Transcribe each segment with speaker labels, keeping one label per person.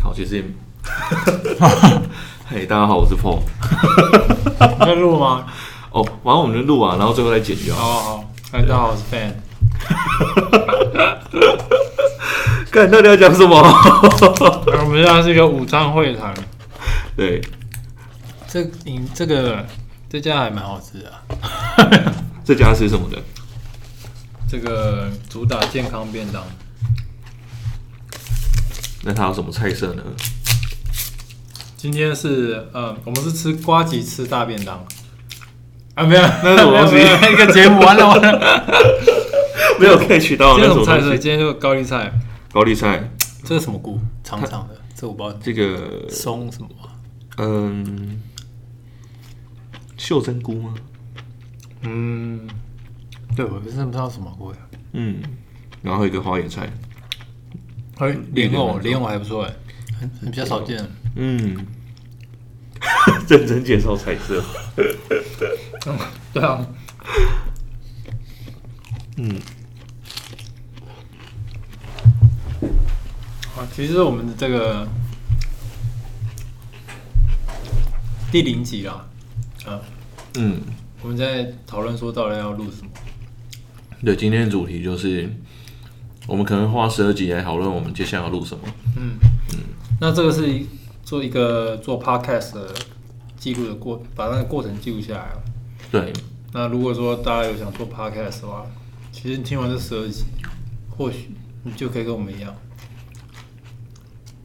Speaker 1: 好，其实也， 嘿，大家好，我是 Paul。
Speaker 2: 你在录吗？
Speaker 1: 哦，完了我们就录啊，然后最后再剪掉。
Speaker 2: 好好好，大家好，我是 Fan。
Speaker 1: 看到底要讲什么？
Speaker 2: 我们现在是一个午餐会谈，
Speaker 1: 对，
Speaker 2: 这你这个这家还蛮好吃的啊、
Speaker 1: 这家是什么的？
Speaker 2: 这个主打健康便当，
Speaker 1: 那它有什么菜色呢？
Speaker 2: 今天是呃，我们是吃瓜吉吃大便当。啊，没有， 那
Speaker 1: 是什么东西
Speaker 2: 一个节目完了完 了。
Speaker 1: 没有 catch 到啊
Speaker 2: 今
Speaker 1: 那什
Speaker 2: 天哦什
Speaker 1: 么
Speaker 2: 么菜
Speaker 1: 东
Speaker 2: 色？
Speaker 1: 西？
Speaker 2: 今天就高丽菜，
Speaker 1: 高丽菜，
Speaker 2: 这是什么菇？长长的，这我不知道。
Speaker 1: 这个
Speaker 2: 松什么啊？
Speaker 1: 嗯，袖珍菇吗？
Speaker 2: 嗯，对，我真的不知道什么菇呀。
Speaker 1: 嗯，然后一个花椰菜，
Speaker 2: 哎，莲
Speaker 1: 莲
Speaker 2: 藕，
Speaker 1: 藕
Speaker 2: 莲藕还不错哎，很很比较少见。
Speaker 1: 嗯， 认真介绍菜色。
Speaker 2: 对啊，
Speaker 1: 嗯，
Speaker 2: 啊，其实我们的这个第零集啦，啊，
Speaker 1: 嗯，
Speaker 2: 我们在讨论说到底要录什么。
Speaker 1: 对，今天的主题就是我们可能会花十二集来讨论我们接下来要录什么。
Speaker 2: 嗯，那这个是一做一个做 podcast 的记录的过，把那个过程记录下来啊。
Speaker 1: 对，
Speaker 2: 那如果说大家有想做 podcast 的话，其实你听完这十二集，或许你就可以跟我们一样，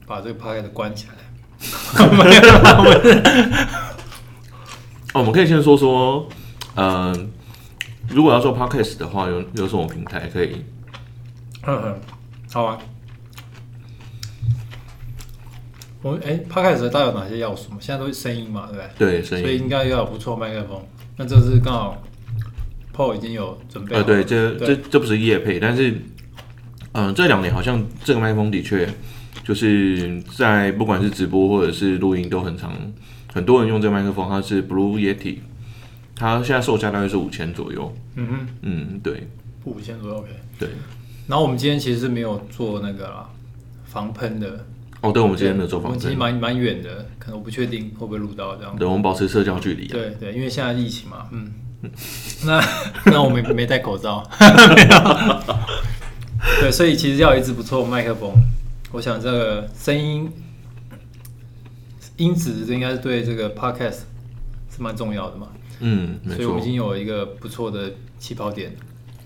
Speaker 2: 把这个 podcast 关起来。嗯没有啦，我
Speaker 1: 哦，我们可以先说说，嗯、如果要做 podcast 的话，有有什么平台可以？
Speaker 2: 嗯，好啊。我们哎 p o d c a s 大家有哪些要素嘛？现在都是声音嘛，对不对？
Speaker 1: 对，声
Speaker 2: 所以
Speaker 1: 音，
Speaker 2: 应该要有不错麦克风。那这是刚好 Paul 已经有准备
Speaker 1: 呃，
Speaker 2: 好了。
Speaker 1: 对，这这
Speaker 2: 对
Speaker 1: 这不是业配，但是，嗯、这两年好像这个麦克风的确就是在不管是直播或者是录音都很常，很多人用这个麦克风，它是 Blue Yeti，它现在售价大概是五千左右。
Speaker 2: 嗯哼，
Speaker 1: 嗯，对
Speaker 2: 五千左右 OK。
Speaker 1: 对。
Speaker 2: 然后我们今天其实是没有做那个啦防喷的，
Speaker 1: 哦，对，我们今天没有做
Speaker 2: 我
Speaker 1: 防
Speaker 2: 们其实
Speaker 1: 针，
Speaker 2: 蛮蛮远的，可能我不确定会不会录到这样。
Speaker 1: 对，我们保持社交距离、啊。
Speaker 2: 对对，因为现在疫情嘛，嗯，那 那我没没戴口罩，对，所以其实要有一支不错的麦克风，我想这个声音音质应该是对这个 podcast 是蛮重要的嘛，
Speaker 1: 嗯，没
Speaker 2: 所以我
Speaker 1: 错
Speaker 2: 们已。经有一个不错的起跑点，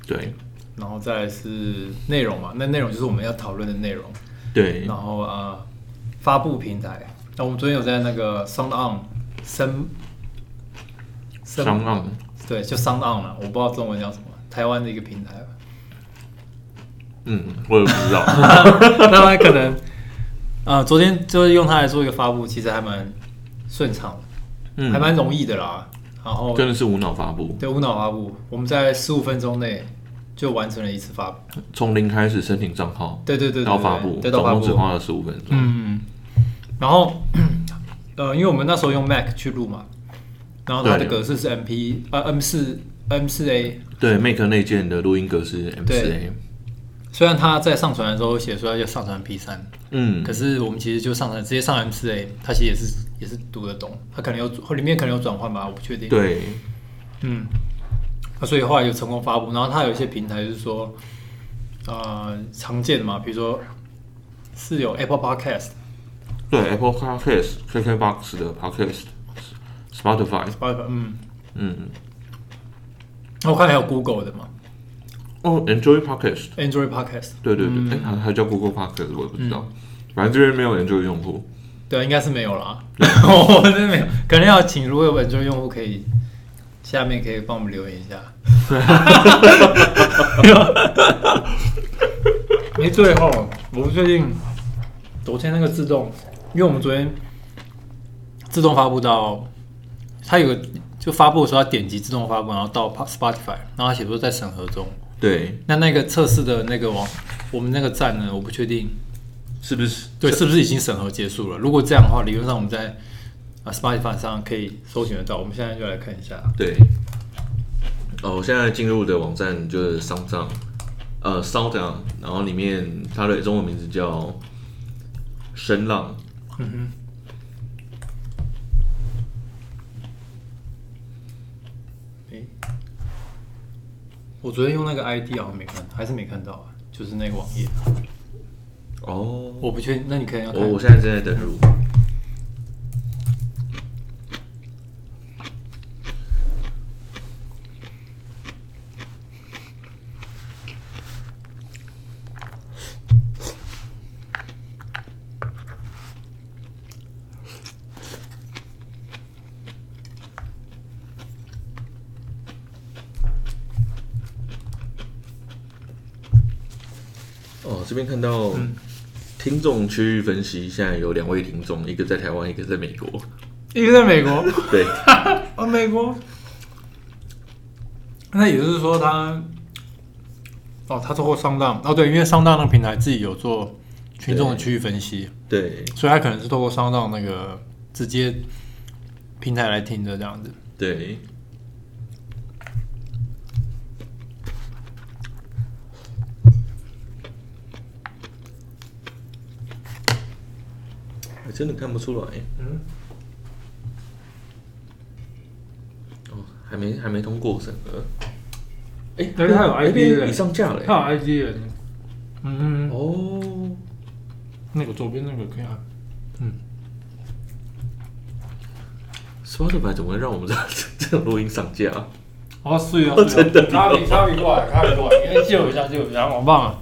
Speaker 1: 对
Speaker 2: 然后再来是内容嘛，那内容就是我们要讨论的内容，
Speaker 1: 对
Speaker 2: 然后啊、呃发布平台，那我们昨天有在那个 Sound On 声声
Speaker 1: 商岸
Speaker 2: 对，就 Sound On 了，我不知道中文叫什么，台湾的一个 平台吧。
Speaker 1: 嗯，我也不知道。
Speaker 2: 那它可能，呃，昨天就是用它来做一个发布，其实还蛮顺畅的，
Speaker 1: 嗯，
Speaker 2: 还蛮容易的啦。然后
Speaker 1: 真的是无脑发布，
Speaker 2: 对无脑发布，我们在十五分钟内就完成了一次发布。
Speaker 1: 从零开始申请账号
Speaker 2: 对对对对
Speaker 1: 到
Speaker 2: 对，
Speaker 1: 发布，
Speaker 2: 对
Speaker 1: 总
Speaker 2: 到发
Speaker 1: 共只
Speaker 2: 布。
Speaker 1: 花了十五分钟。
Speaker 2: 嗯，然后呃，因为我们那时候用 Mac 去录嘛，然后它的
Speaker 1: 对
Speaker 2: 格式是 MP 呃 M 四 M 四 A，
Speaker 1: 对，Make 内建的录音格式 M 4 A，
Speaker 2: 虽然它在上传的时候写说要上传 P 三，
Speaker 1: 嗯
Speaker 2: 可，是我们其实就上传直接上 M 四 A，它其实也是也是读得懂，它可能有里面可能有转换吧，我不确定。，
Speaker 1: 对，
Speaker 2: 嗯，啊所以后来有成功发布，然后它有一些平台就是说，呃，常见的嘛，比如说是有 Apple Podcast、
Speaker 1: 对 Apple Podcast、KKBox 的 Podcast、Spotify，
Speaker 2: Spotify，嗯，
Speaker 1: 嗯，
Speaker 2: 然后我看还有 Google 的嘛
Speaker 1: 哦，Enjoy Podcast，
Speaker 2: ，Android Podcast，
Speaker 1: 对对
Speaker 2: 嗯
Speaker 1: 对，哎，还还叫 Google Podcast，我也不知道，反正这边没有 Enjoy 用户。
Speaker 2: 对，啊应该是没有啦， 我真的没有，可能要请如果有本周用户可以下面可以帮我们留言一下。 哎、对哈，我们最近昨天那个自动，因为我们昨天自动发布到，它有个就发布的时候要点击自动发布，然后到 Spotify，然后它写说在审核中。
Speaker 1: 对，
Speaker 2: 那那个测试的那个网，我们那个站呢，我不确定
Speaker 1: 是不是？
Speaker 2: 对，是不是已经审核结束了？如果这样的话，理论上我们在啊 Spotify 上可以搜寻得到。我们现在就来看一下，
Speaker 1: 对。哦，我现在进入的网站就是商账，呃，商账，然后里面它的中文名字叫声浪，
Speaker 2: 嗯哼，诶我昨天用那个 ID 好像没看，还是没看到啊，就是那个网页，
Speaker 1: 哦，
Speaker 2: 我不确定。那你可能要看
Speaker 1: 我我现在正在登录。哦，这边看到听众区域分析，现在有两位听众，一个在台湾，一个在美国。
Speaker 2: 一个在美国，
Speaker 1: 对，
Speaker 2: 啊，美国。那也就是说他，哦，他做过上当，哦对，因为上当那个平台自己有做群众的区域分析，
Speaker 1: 对，
Speaker 2: 所以他可能是透过上当那个直接平台来听的这样子。
Speaker 1: 对。我哎真的看不出来。
Speaker 2: 嗯，
Speaker 1: 哦，还没还没通过审核。哎、
Speaker 2: 但是它有
Speaker 1: 那
Speaker 2: ID
Speaker 1: 边
Speaker 2: 嘞
Speaker 1: 已上架了、
Speaker 2: 他有 IG 的，嗯，
Speaker 1: 哦，
Speaker 2: 那个左边那个可以啊按，
Speaker 1: Spotify 怎么会让我们这这种录音上架、啊？
Speaker 2: 哦，是啊，
Speaker 1: 哦真的
Speaker 2: 咖啡咖啡过来，咖啡过来，你借我一下，借我一下，我忘了。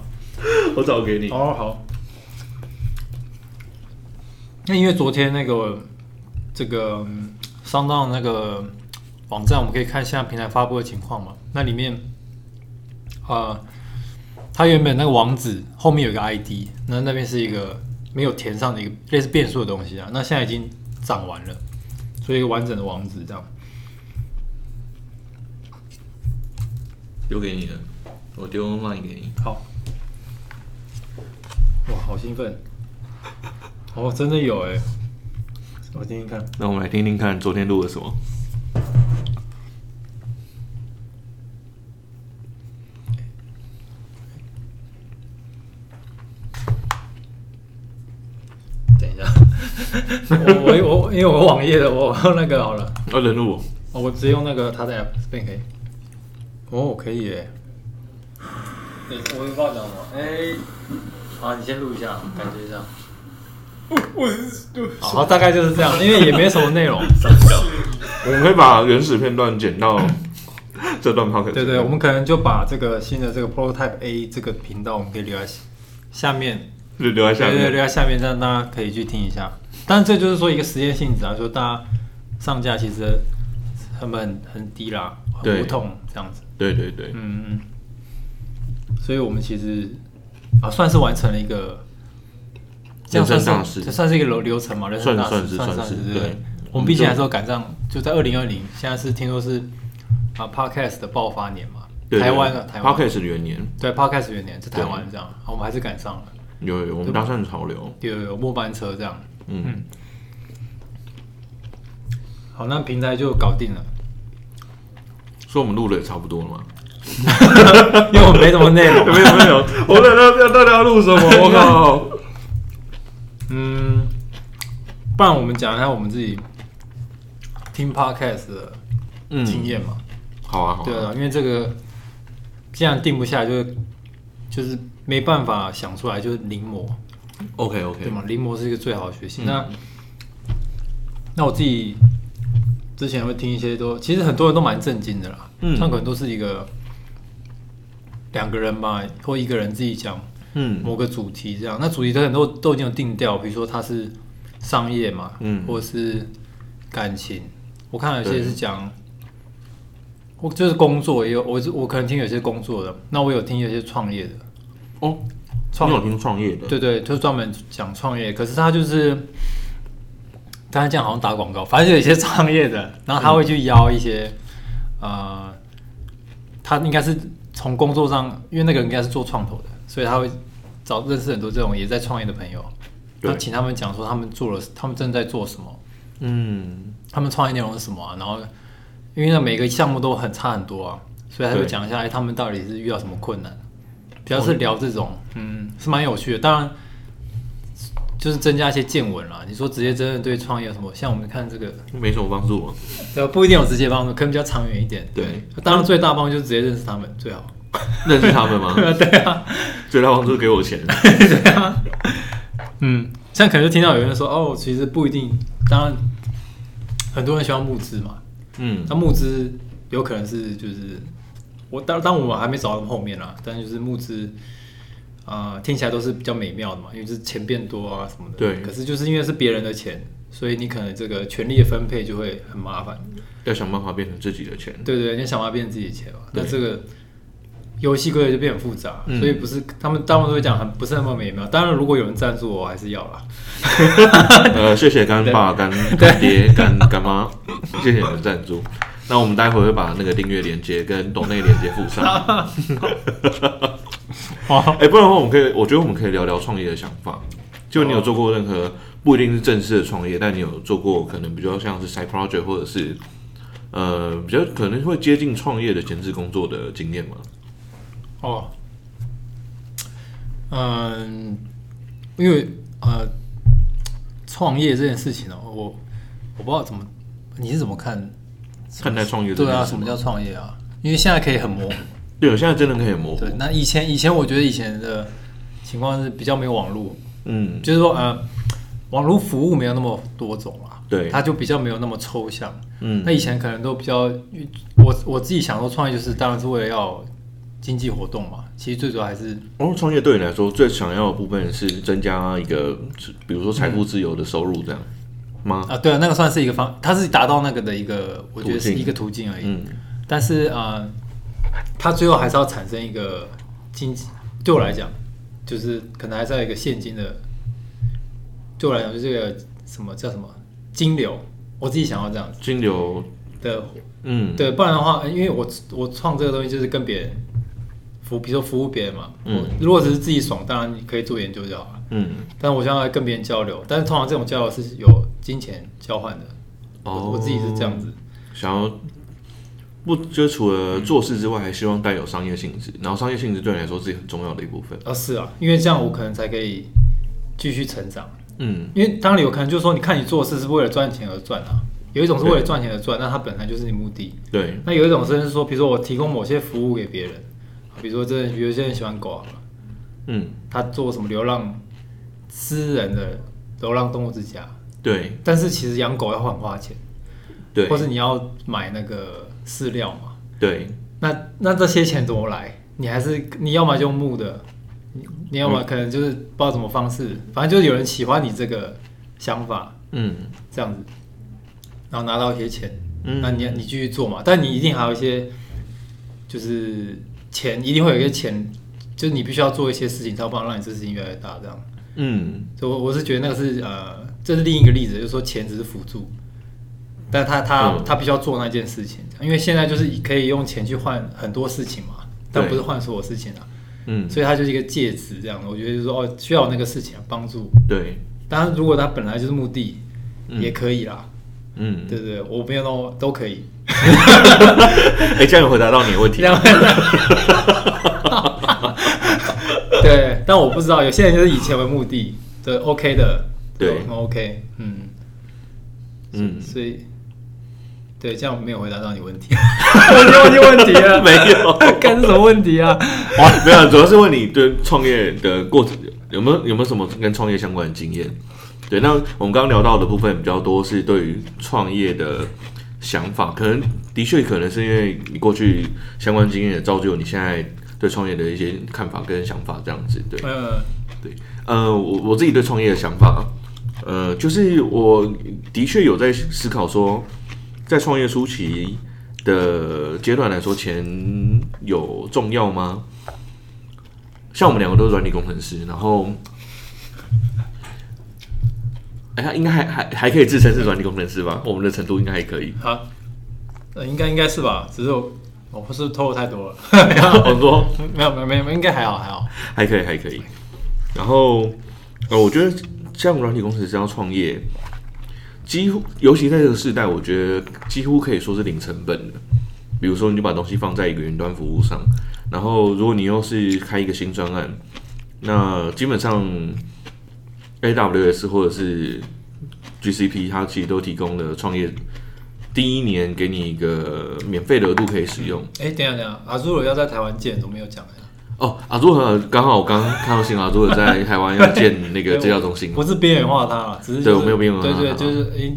Speaker 1: 我找给你。
Speaker 2: 哦，好。那因为昨天那个这个嗯上当那个网站，我们可以看现在平台发布的情况嘛。那里面，呃，它原本那个网址后面有一个 ID，那那边是一个没有填上的一个类似变数的东西啊。那现在已经涨完了，所以一个完整的网址这样。
Speaker 1: 丢给你了，我丢 line 给你。
Speaker 2: 好，哇，好兴奋！哦，真的有哎、我听听看。
Speaker 1: 那我们来听听看昨天录了什么。
Speaker 2: 等一下，我我我因为我网页的，我用那个好了，
Speaker 1: 哦，人录我。
Speaker 2: 哦我直接用那个他的 app 这边可以。哦，可以耶。对，我不知道讲什么。哎、好，你先录一下，感觉一下。我好，大概就是这样，因为也没什么内容。
Speaker 1: 我们可以把原始片段剪 到这段 p o c k e t
Speaker 2: 对对，我们可能就把这个新的这个 prototype A 这个频道，我们可以留在下面
Speaker 1: 就留在下
Speaker 2: 对对，
Speaker 1: 面。
Speaker 2: 留在下面，让大家可以去听一下。但这就是说一个实验性质啊，说大家上架其实成本很低啦，很
Speaker 1: 对
Speaker 2: 无痛这样子。
Speaker 1: 对对对，
Speaker 2: 嗯嗯。所以我们其实啊，算是完成了一个，这样算
Speaker 1: 人生大
Speaker 2: 是
Speaker 1: 事
Speaker 2: 这算是一个流流程嘛？人生
Speaker 1: 算
Speaker 2: 大
Speaker 1: 是
Speaker 2: 事
Speaker 1: 算是算
Speaker 2: 算
Speaker 1: 是
Speaker 2: 对不
Speaker 1: 对
Speaker 2: 对。我们毕竟还是要赶上，就在二零二零，现在是听说是啊 podcast 的爆发年嘛，
Speaker 1: 对对
Speaker 2: 台湾啊，台湾
Speaker 1: p o c k e t 元年
Speaker 2: 对 podcast 元年在台湾这样，啊我们还是赶上了。
Speaker 1: 有有我们搭上潮流，
Speaker 2: 有有末班车这样。
Speaker 1: 嗯
Speaker 2: 好，那平台就搞定了，
Speaker 1: 所以我们录的也差不多了嘛。
Speaker 2: 因为我没什么内 容。啊
Speaker 1: 没有没有， 我们要要大家录什么？ 我靠！
Speaker 2: 嗯，不然我们讲一下我们自己听 podcast 的经
Speaker 1: 嗯，
Speaker 2: 验嘛。
Speaker 1: 好啊好
Speaker 2: 对
Speaker 1: 啊，
Speaker 2: 啊，因为这个既然定不下来就，是就是没办法想出来，就是临摹，
Speaker 1: ，OK
Speaker 2: 对
Speaker 1: OK，
Speaker 2: 吗？临摹是一个最好的学习。
Speaker 1: 嗯
Speaker 2: 那那我自己之前会听一些都，其实很多人都蛮震惊的啦。
Speaker 1: 嗯
Speaker 2: 像可能都是一个两个人吧，或一个人自己讲
Speaker 1: 嗯，
Speaker 2: 某个主题这样。那主题都很多都已经有定调，比如说它是商业嘛，
Speaker 1: 嗯
Speaker 2: 或是感情。我看有些
Speaker 1: 对
Speaker 2: 是讲，我就是工作也有，我是我可能听有些工作的，那我有听有些创业的，
Speaker 1: 哦，
Speaker 2: 创
Speaker 1: 你有听创业的？
Speaker 2: 对对，就专门讲创业。可是他就是，刚才这样好像打广告，反正有一些创 业的，然后他会去邀一些，呃，他应该是从工作上，因为那个人应该是做创投的，所以他会找认识很多这种也在创业的朋友，
Speaker 1: 对
Speaker 2: 那请他们讲说他们做了，他们正在做什么，
Speaker 1: 嗯，
Speaker 2: 他们创业内容是什么啊？然后，因为那每个项目都很差很多啊，所以他就
Speaker 1: 对
Speaker 2: 讲一下，哎，他们到底是遇到什么困难，主要是聊这种，嗯，是蛮有趣的。当然，就是增加一些见闻啦。你说直接真的对创业有什么？像我们看这个，
Speaker 1: 没什么帮助嘛。啊
Speaker 2: 呃，不一定有直接帮助，可能比较长远一点。
Speaker 1: 对，
Speaker 2: 当然最大帮助就是直接认识他们最好。
Speaker 1: 认识他们 吗？
Speaker 2: 对啊，
Speaker 1: 最大帮助是给我 钱。
Speaker 2: 嗯，像可能就听到有人说，哦，其实不一定，当然很多人喜欢募资嘛，
Speaker 1: 嗯
Speaker 2: 那募资有可能是就是我当当我还没找到后面啦，但就是募资，啊，听起来都是比较美妙的嘛，因为就是钱变多啊什么的。
Speaker 1: 对
Speaker 2: 可是就是因为是别人的钱，所以你可能这个权利的分配就会很麻烦。
Speaker 1: 要想办法变成自己的钱。
Speaker 2: 对对，你想办法变自己的钱嘛，那
Speaker 1: 对
Speaker 2: 这个游戏规则就变很复杂，
Speaker 1: 嗯
Speaker 2: 所以不是他们他们都会讲很不是那么美妙。当然，如果有人赞助我，我还是要啦。
Speaker 1: 呃，谢谢干爸、干干爹、干干妈，谢谢你们赞助。那我们待会会把那个订阅连接跟抖内连接附上。
Speaker 2: 哦，
Speaker 1: 哎、不然的话，我们可以，我觉得我们可以聊聊创业的想法。就你有做过任何不一定是正式的创业，但你有做过可能比较像是 side project 或者是呃比较可能会接近创业的前置工作的经验吗？
Speaker 2: 哦，嗯，因为呃，创业这件事情哦，我我不知道怎么，你是怎么看？
Speaker 1: 看待创业这
Speaker 2: 对
Speaker 1: 件
Speaker 2: 啊，
Speaker 1: 事
Speaker 2: 什
Speaker 1: 吗
Speaker 2: 么叫创业啊？因为现在可以很模糊。
Speaker 1: 对，我现在真的可以模糊
Speaker 2: 对。，那以前以前我觉得以前的情况是比较没有网络，
Speaker 1: 嗯，
Speaker 2: 就是说呃，网络服务没有那么多种啊，
Speaker 1: 对
Speaker 2: 它就比较没有那么抽象。
Speaker 1: 嗯
Speaker 2: 那以前可能都比较，我我自己想说创业就是当然是为了要经济活动嘛，其实最主要还是
Speaker 1: 然后创业对你来说最想要的部分是增加一个，比如说财富自由的收入这样吗？
Speaker 2: 啊，对啊，那个算是一个方，它是达到那个的一个，我觉得
Speaker 1: 途
Speaker 2: 是
Speaker 1: 径
Speaker 2: 一个途径而已。
Speaker 1: 嗯
Speaker 2: 但是呃，它最后还是要产生一个经济，对我来讲，就是可能还是要有一个现金的，对我来讲就是这个什么叫什么金流，我自己想要这样子
Speaker 1: 金流，
Speaker 2: 的
Speaker 1: 嗯，
Speaker 2: 对，不然的话，呃因为我我创这个东西就是跟别人服，比如说服务别人嘛。
Speaker 1: 嗯
Speaker 2: 我如果只是自己爽，当然你可以做研究就好了。
Speaker 1: 嗯，
Speaker 2: 但我现在跟别人交流，但是通常这种交流是有金钱交换的。
Speaker 1: 哦
Speaker 2: 我我自己是这样子。
Speaker 1: 想要不就除了做事之外，还希望带有商业性质，然后商业性质对你来说是很重要的一部分。
Speaker 2: 啊，是啊，因为这样我可能才可以继续成长。
Speaker 1: 嗯，
Speaker 2: 因为当然有可能就是说，你看你做事是为了赚钱而赚啊，有一种是为了赚钱而赚，那它本来就是你目的。
Speaker 1: 对，
Speaker 2: 那有一种甚至说，比如说我提供某些服务给别人，比如说真的有些人喜欢狗好了
Speaker 1: 嗯，
Speaker 2: 他做什么流浪私人的流浪动物之家，
Speaker 1: 对
Speaker 2: 但是其实养狗要很花钱，
Speaker 1: 对
Speaker 2: 或是你要买那个饲料嘛，
Speaker 1: 对，
Speaker 2: 那那这些钱怎么来？你还是你要么就募的，你你要么可能就是不知道什么方式，反正就是有人喜欢你这个想法
Speaker 1: 嗯
Speaker 2: 这样子，然后拿到一些钱，
Speaker 1: 嗯
Speaker 2: 那你你继续做嘛，但你一定还有一些就是钱，一定会有一些钱，就是你必须要做一些事情，才有办法让你这事情越来越大这样。
Speaker 1: 嗯，
Speaker 2: 所以我我是觉得那个是呃，这是另一个例子，就是说钱只是辅助，但他他、
Speaker 1: 嗯
Speaker 2: 他必须要做那件事情，因为现在就是可以用钱去换很多事情嘛，但
Speaker 1: 对
Speaker 2: 不是换所有事情啊，
Speaker 1: 嗯
Speaker 2: 所以它就是一个介质这样的。我觉得就是说哦，需要有那个事情帮助，
Speaker 1: 对，
Speaker 2: 当然如果他本来就是目的，
Speaker 1: 嗯
Speaker 2: 也可以啦，
Speaker 1: 嗯，
Speaker 2: 对对对，我没有那么都可以，
Speaker 1: 哎，这样有回答到你的问
Speaker 2: 这
Speaker 1: 题。
Speaker 2: 样。对，但我不知道，有些人就是以钱为目的，对，OK 的，
Speaker 1: 对
Speaker 2: 很，OK，嗯。
Speaker 1: 嗯，
Speaker 2: 所以，对，这样没有回答到你问题，我就忘记问题 了，
Speaker 1: 没有。
Speaker 2: 看是什么问题啊？
Speaker 1: 没有，主要是问你对创业的过程有没有有没有什么跟创业相关的经验？对，那我们刚刚聊到的部分比较多是对于创业的想法，可能的确可能是因为你过去相关经验也造就你现在对创业的一些看法跟想法这样子。对，
Speaker 2: 呃，
Speaker 1: 呃，我我自己对创业的想法，呃，就是我的确有在思考说，在创业初期的阶段来说，钱有重要吗？像我们两个都是软体工程师，然后，哎、呀，应该还还还可以自称是软体工程师吧？我们的程度应该还可以。
Speaker 2: 好，呃，应该应该是吧，只是我我不是透露太多了，
Speaker 1: 我说
Speaker 2: 没有没有没有，应该还好还好，
Speaker 1: 还可以，还可以。然后，呃，我觉得像软体工程师这样创业，几乎尤其在这个时代，我觉得几乎可以说是零成本的。比如说，你就把东西放在一个云端服务上，然后如果你又是开一个新专案，那基本上 AWS 或者是 GCP，它其实都提供了创业第一年给你一个免费的额度可以使用。
Speaker 2: 哎，等一下等一下，阿朱鲁要在台湾建，怎么没有讲呀？
Speaker 1: 哦，阿朱尔刚好我刚看到新闻，阿朱尔在台湾要建那个
Speaker 2: 对
Speaker 1: 治疗中 心嘛
Speaker 2: 不。是边缘化他了，只是
Speaker 1: 对
Speaker 2: 就是
Speaker 1: 我没有边缘化
Speaker 2: 对
Speaker 1: 它
Speaker 2: 对，
Speaker 1: 好
Speaker 2: 就是诶，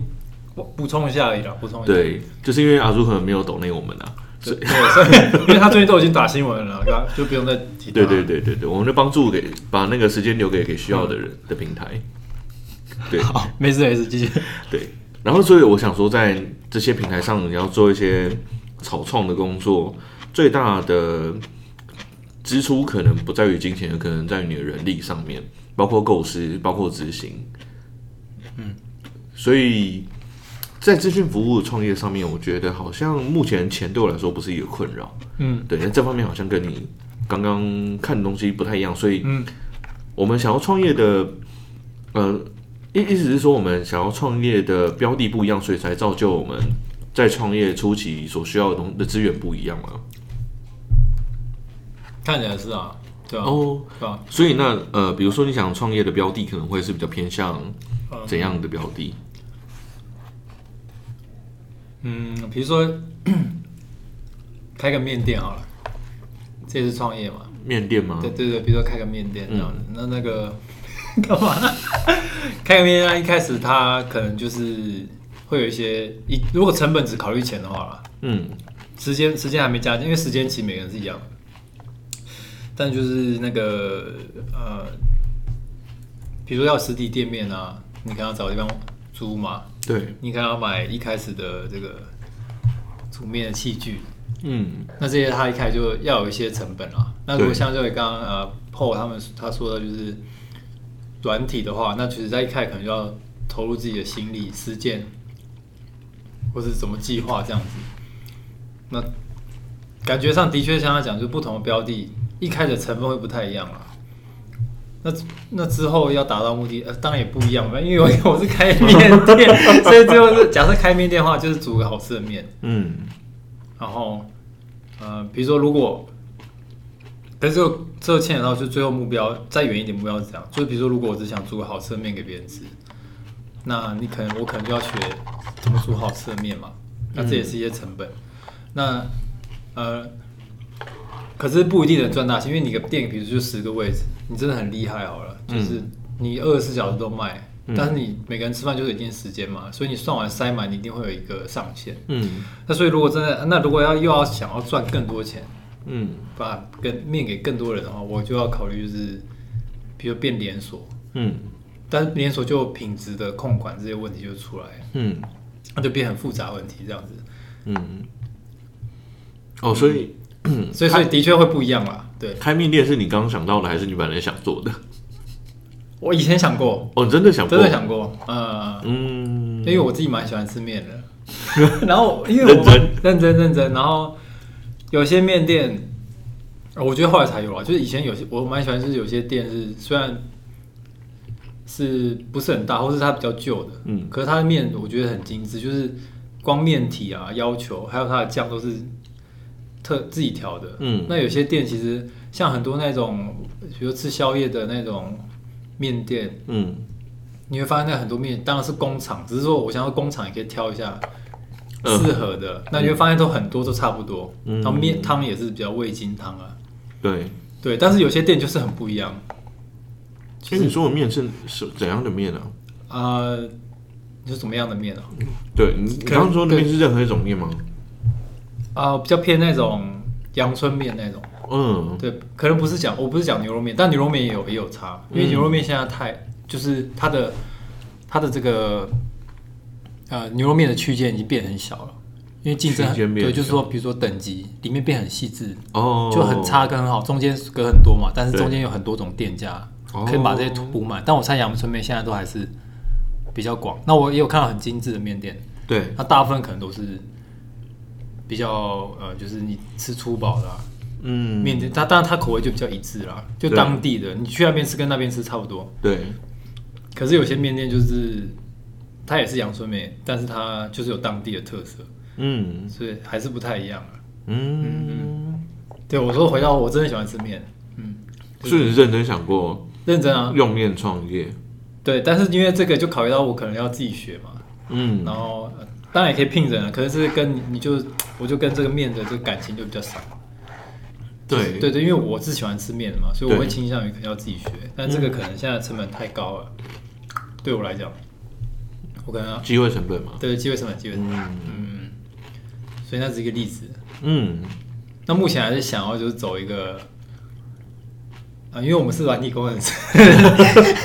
Speaker 2: 我补充一下而已啦，补充一下。
Speaker 1: 对，就是因为阿朱可能没有抖内我们啊。
Speaker 2: 对，对所以因为他最近都已经打新闻了，然后就不用再提他。
Speaker 1: 对对对对对，我们就帮助给把那个时间留给给需要的人的平台。对
Speaker 2: 好，哦没事没事，继续。
Speaker 1: 对，然后所以我想说，在这些平台上，你要做一些草创的工作，最大的支出可能不在于金钱，可能在于你的人力上面，包括构思，包括执行。嗯，所以在资讯服务创业上面，我觉得好像目前钱对我来说不是一个困扰。
Speaker 2: 嗯
Speaker 1: 对，那这方面好像跟你刚刚看的东西不太一样，所以
Speaker 2: 嗯，
Speaker 1: 我们想要创业的，呃，意意思是说我们想要创业的标的不一样，所以才造就我们在创业初期所需要的东的资源不一样嘛。
Speaker 2: 看起来是啊，对啊，
Speaker 1: 哦，
Speaker 2: 对啊，
Speaker 1: 所以那呃，比如说你想创业的标的可能会是比较偏向怎样的标的？
Speaker 2: 嗯，比如说开个面店好了，这也是创业嘛。
Speaker 1: 面店吗
Speaker 2: 对？对对，比如说开个面店
Speaker 1: 嗯
Speaker 2: 这样子，那那个 干嘛？开个面店，一开始它可能就是会有一些一，如果成本只考虑钱的话啦，
Speaker 1: 嗯，
Speaker 2: 时间时间还没加进，因为时间其实每个人是一样的，但就是那个呃，比如说要实体店面啊，你可能要找地方租嘛，
Speaker 1: 对，
Speaker 2: 你可能要买一开始的这个煮面的器具，
Speaker 1: 嗯
Speaker 2: 那这些他一开始就要有一些成本啊。那如果
Speaker 1: 对
Speaker 2: 像这位刚刚呃 Paul 他们他说的就是软体的话，那其实在一开始可能就要投入自己的心力、实践，或是怎么计划这样子。那感觉上的确像他讲，就是不同的标的一开始成分会不太一样啊。那那之后要达到目的，呃，当然也不一样嘛，因为我 我是开面店，所以最后是假设开面店的话，就是煮个好吃的面，
Speaker 1: 嗯，
Speaker 2: 然后，呃，比如说如果，但是这个这个牵扯到就最后目标再远一点目标是这样，就是比如说如果我只想煮个好吃的面给别人吃，那你可能我可能就要学怎么煮好吃的面嘛，那这也是一些成本。那呃，可是不一定能赚大钱，因为你个店，比如说就十个位置，你真的很厉害好了，就是你二十四小时都卖，
Speaker 1: 嗯
Speaker 2: 但是你每个人吃饭就是有一定时间嘛，所以你算完塞满，你一定会有一个上限。
Speaker 1: 嗯
Speaker 2: 那所以如果真的，那如果要又要想要赚更多钱，
Speaker 1: 嗯
Speaker 2: 把跟面给更多人的话，我就要考虑就是，比如变连锁，
Speaker 1: 嗯
Speaker 2: 但是连锁就有品质的控管这些问题就出来，
Speaker 1: 嗯
Speaker 2: 那就变很复杂问题这样子。
Speaker 1: 嗯，哦，所以
Speaker 2: 所以所以的确会不一样啦。对
Speaker 1: 开面店是你刚刚想到的，还是你本来想做的？
Speaker 2: 我以前想过，
Speaker 1: 哦，你真的想过？
Speaker 2: 真的想过，呃，
Speaker 1: 嗯
Speaker 2: 因为我自己蛮喜欢吃面的， 然后因为
Speaker 1: 认
Speaker 2: 我
Speaker 1: 真
Speaker 2: 认真认真，然后有些面店，呃我觉得后来才有啊，就是以前有些我蛮喜欢，就是有些店是虽然是不是很大，或是它比较旧的，
Speaker 1: 嗯
Speaker 2: 可是它的面我觉得很精致，就是光面体啊要求，还有它的酱都是特自己调的，
Speaker 1: 嗯
Speaker 2: 那有些店其实像很多那种，比如吃宵夜的那种面店，
Speaker 1: 嗯，
Speaker 2: 你会发现那很多面当然是工厂，只是说我想要工厂也可以挑一下
Speaker 1: 嗯
Speaker 2: 适合的。那你会发现都很多都差不多，
Speaker 1: 嗯
Speaker 2: 然后面汤也是比较味精汤啊，
Speaker 1: 对。
Speaker 2: 对。但是有些店就是很不一样，
Speaker 1: 其实你说的面是是怎样的面啊？
Speaker 2: 呃，你是怎么样的面啊？
Speaker 1: 对你你
Speaker 2: 可能
Speaker 1: 刚刚说的面是任何一种面吗？
Speaker 2: 啊、比较偏那种阳春面那种，
Speaker 1: 嗯
Speaker 2: 对，可能不是讲我不是讲牛肉面，但牛肉面也有也有差，因为
Speaker 1: 嗯
Speaker 2: 牛肉面现在太、就是它的它的这个呃牛肉面的区间已经变很小了。因为竞争很
Speaker 1: 区间变
Speaker 2: 对，
Speaker 1: 很
Speaker 2: 就是说，比如说等级里面变很细致，
Speaker 1: 哦，
Speaker 2: 就很差跟很好，中间隔很多嘛，但是
Speaker 1: 对
Speaker 2: 中间有很多种店家
Speaker 1: 哦
Speaker 2: 可以把这些补满。但我猜阳春面现在都还是比较广。那我也有看到很精致的面店，
Speaker 1: 对，
Speaker 2: 那大部分可能都是比较呃，就是你吃粗饱的啊、
Speaker 1: 嗯，
Speaker 2: 面店，它当然它口味就比较一致啦，就
Speaker 1: 对
Speaker 2: 当地的，你去那边吃跟那边吃差不多。
Speaker 1: 对，
Speaker 2: 可是有些面店就是它也是阳春面，但是它就是有当地的特色，
Speaker 1: 嗯
Speaker 2: 所以还是不太一样啊。
Speaker 1: 嗯，
Speaker 2: 对，我说回到我真的喜欢吃面，嗯，
Speaker 1: 所以你认真想过
Speaker 2: 认真啊，
Speaker 1: 用面创业？
Speaker 2: 对，但是因为这个就考虑到我可能要自己学嘛，
Speaker 1: 嗯
Speaker 2: 然后呃当然也可以聘人啊，可是跟你你就我就跟这个面的这个感情就比较少。
Speaker 1: 对
Speaker 2: 对对，因为我是喜欢吃面的嘛，所以我
Speaker 1: 对嗯
Speaker 2: 会倾向于可能要自己学，但这个可能现在成本太高了，对我来讲，我可能要
Speaker 1: 机会成本嘛，
Speaker 2: 对机会成本机会成本，
Speaker 1: 嗯
Speaker 2: 嗯，所以那是一个例子。
Speaker 1: 嗯，
Speaker 2: 那目前还是想要就是走一个。啊，因为我们是软体工 程师，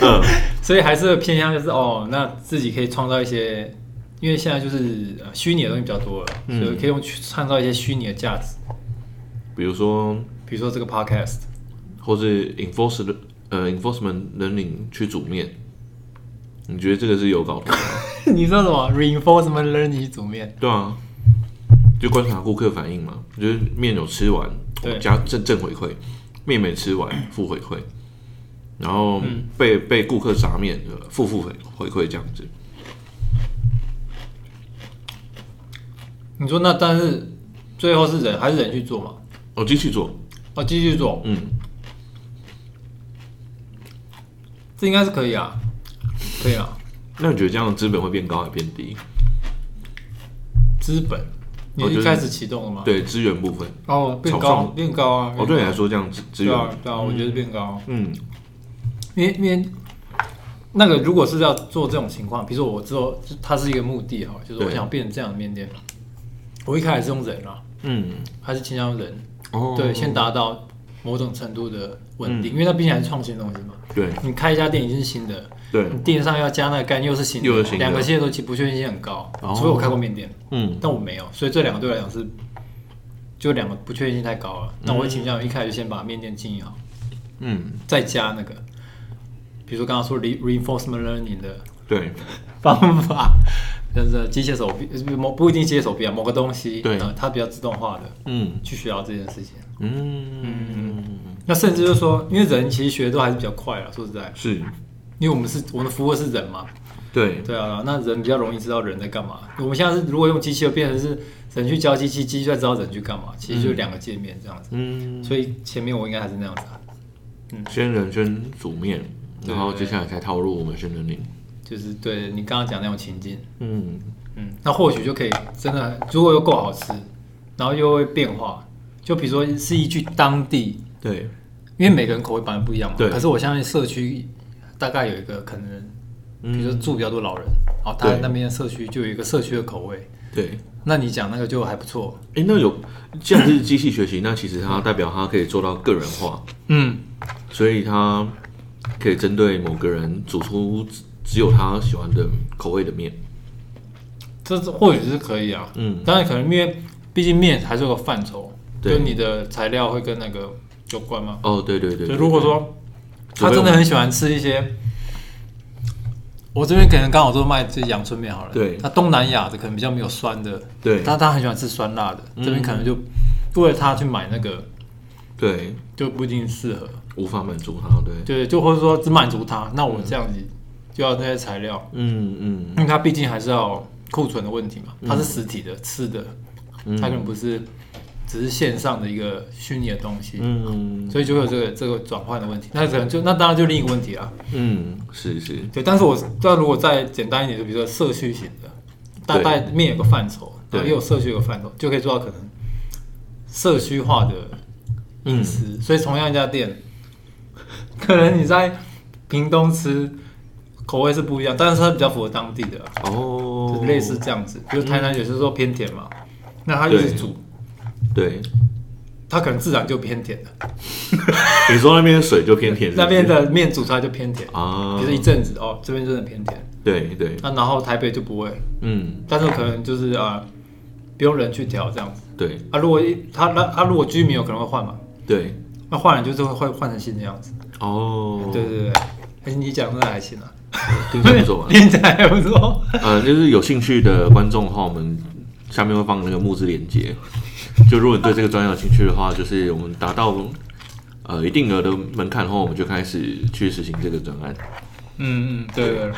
Speaker 1: 嗯
Speaker 2: 所以还是偏向就是哦，那自己可以创造一些，因为现在就是呃虚拟的东西比较多了，
Speaker 1: 嗯
Speaker 2: 所以可以用去创造一些虚拟的价值，
Speaker 1: 比如说
Speaker 2: 比如说这个 podcast，
Speaker 1: 或是 enforce 的呃 enforcement 人领去煮面，你觉得这个是有搞头吗？
Speaker 2: 你说什么 reinforcement learning 煮面？
Speaker 1: 对啊，就观察顾客反应嘛，就是面有吃完，
Speaker 2: 对
Speaker 1: 加正正回馈；面没吃完，负回馈。然后
Speaker 2: 嗯
Speaker 1: 被、被顾客砸面，呃负负回回馈这样子。
Speaker 2: 你说那但是最后是人还是人去做嘛？
Speaker 1: 哦，继续做，
Speaker 2: 哦，继续做，
Speaker 1: 嗯，
Speaker 2: 这应该是可以啊，可以啊。
Speaker 1: 那你觉得这样的资本会变高还变低？
Speaker 2: 资本，你
Speaker 1: 我觉得
Speaker 2: 是一开始启动了吗？
Speaker 1: 对资源部分，
Speaker 2: 哦，变
Speaker 1: 炒
Speaker 2: 高，
Speaker 1: 作
Speaker 2: 变高啊！
Speaker 1: 哦，对你来说这样资资
Speaker 2: 对
Speaker 1: 源，
Speaker 2: 啊，对啊，我觉得变高，
Speaker 1: 嗯
Speaker 2: 因为因为那个如果是要做这种情况，比如说我之后就它是一个目的哈，就是我
Speaker 1: 对
Speaker 2: 想变成这样的面店，我一开始是用人啊，
Speaker 1: 嗯，
Speaker 2: 还是倾向用人，
Speaker 1: 哦，
Speaker 2: 对，先达到某种程度的稳定，
Speaker 1: 嗯
Speaker 2: 因为那毕竟还是创新的东西嘛。
Speaker 1: 对
Speaker 2: 你开一家店已经是新的，
Speaker 1: 对，
Speaker 2: 你电商要加那个概念又是新的，
Speaker 1: 又是新的
Speaker 2: 两个现在都其实不确定性很高，
Speaker 1: 哦
Speaker 2: 除非我开过面店，
Speaker 1: 嗯
Speaker 2: 但我没有，所以这两个对我来讲是就两个不确定性太高了。那我会倾向于一开始就先把面店经营好，
Speaker 1: 嗯，
Speaker 2: 再加那个，比如说刚刚说 re- reinforcement learning 的
Speaker 1: 对
Speaker 2: 方法，就是机械手臂，呃某不一定机械手臂啊，某个东西，
Speaker 1: 对
Speaker 2: 呃它比较自动化的
Speaker 1: 嗯
Speaker 2: 去学到这件事情。
Speaker 1: 嗯，
Speaker 2: 那甚至就是说，因为人其实学的都还是比较快了，说实在，
Speaker 1: 是，
Speaker 2: 因为我们是我们的服务是人嘛，
Speaker 1: 对
Speaker 2: 对啊，那人比较容易知道人在干嘛。我们现在是如果用机器，就变成是人去教机器，机器在知道人去干嘛，其实就两个界面这样子。
Speaker 1: 嗯，
Speaker 2: 所以前面我应该还是那样子、啊，
Speaker 1: 先人先煮面，
Speaker 2: 对
Speaker 1: 然后接下来才套入我们先人领。
Speaker 2: 就是对你刚刚讲那种情境，
Speaker 1: 嗯，
Speaker 2: 嗯，那或许就可以真的，如果又够好吃，然后又会变化，就比如说是一句当地，
Speaker 1: 对，
Speaker 2: 因为每个人口味本来不一样嘛，
Speaker 1: 对
Speaker 2: 可是我相信社区大概有一个可能，比如说住比较多老人，然后他
Speaker 1: 嗯对
Speaker 2: 那边的社区就有一个社区的口味，
Speaker 1: 对。
Speaker 2: 那你讲那个就还不错，
Speaker 1: 哎、那有既然是机器学习，那其实它代表它可以做到个人化，
Speaker 2: 嗯，
Speaker 1: 所以它可以针对某个人煮出只只有他喜欢的口味的面。
Speaker 2: 这是或许是可以啊，
Speaker 1: 嗯，
Speaker 2: 当然可能因为毕竟面还是有个范畴，
Speaker 1: 对
Speaker 2: 就你的材料会跟那个有关吗？
Speaker 1: 哦，对对对
Speaker 2: 所
Speaker 1: 对
Speaker 2: 以如果说
Speaker 1: 除
Speaker 2: 他
Speaker 1: 非我
Speaker 2: 真的很喜欢吃一些，我这边可能刚好都卖这阳春面好了，
Speaker 1: 对
Speaker 2: 他东南亚的可能比较没有酸的，
Speaker 1: 对
Speaker 2: 但他很喜欢吃酸辣的，
Speaker 1: 嗯
Speaker 2: 这边可能就为了他去买那个
Speaker 1: 对，
Speaker 2: 就不一定适合，
Speaker 1: 无法满足他，对，
Speaker 2: 对，就或者说只满足他，那我这样子就要那些材料，
Speaker 1: 嗯
Speaker 2: 因为它毕竟还是要库存的问题嘛，它是实体的吃的，
Speaker 1: 嗯
Speaker 2: 它可能不是只是线上的一个虚拟的东西，
Speaker 1: 嗯
Speaker 2: 所以就会有这个这个转换的问题。那可能就那当然就另一个问题啦。啊
Speaker 1: 嗯，是是，
Speaker 2: 对，但是我但如果再简单一点，就比如说社区型的，大
Speaker 1: 对
Speaker 2: 概面有个范畴，
Speaker 1: 对
Speaker 2: 然后也有社区有个范畴，就可以做到可能社区化的
Speaker 1: 嗯
Speaker 2: 饮食。所以同样一家店，可能你在屏东吃口味是不一样，但是它比较符合当地的啊、
Speaker 1: 哦
Speaker 2: 就，类似，这样子，比如台南有时候偏甜嘛，那它一直
Speaker 1: 对
Speaker 2: 煮，
Speaker 1: 对，
Speaker 2: 它可能自然就偏甜了。
Speaker 1: 你说那边的水就偏甜是不是
Speaker 2: 那边的面煮出来就偏甜，
Speaker 1: 啊，
Speaker 2: 就是一阵子哦，这边真的偏甜。
Speaker 1: 对对，
Speaker 2: 那然后台北就不会，
Speaker 1: 嗯，
Speaker 2: 但是可能就是啊、呃不用人去调这样子。
Speaker 1: 对
Speaker 2: 啊，如果一他那他如果居民有可能会换嘛，
Speaker 1: 对，
Speaker 2: 那换了就是会会换成新的样子。
Speaker 1: 哦，
Speaker 2: 对对对，哎，你讲的还行啊，
Speaker 1: 听起来不错啊 吧？
Speaker 2: 听起来还不错。
Speaker 1: 呃，就是有兴趣的观众的话，我们下面会放那个募资链接。就如果你对这个专业有兴趣的话，就是我们达到呃一定额的门槛后，我们就开始去实行这个专案。
Speaker 2: 嗯嗯，对对对。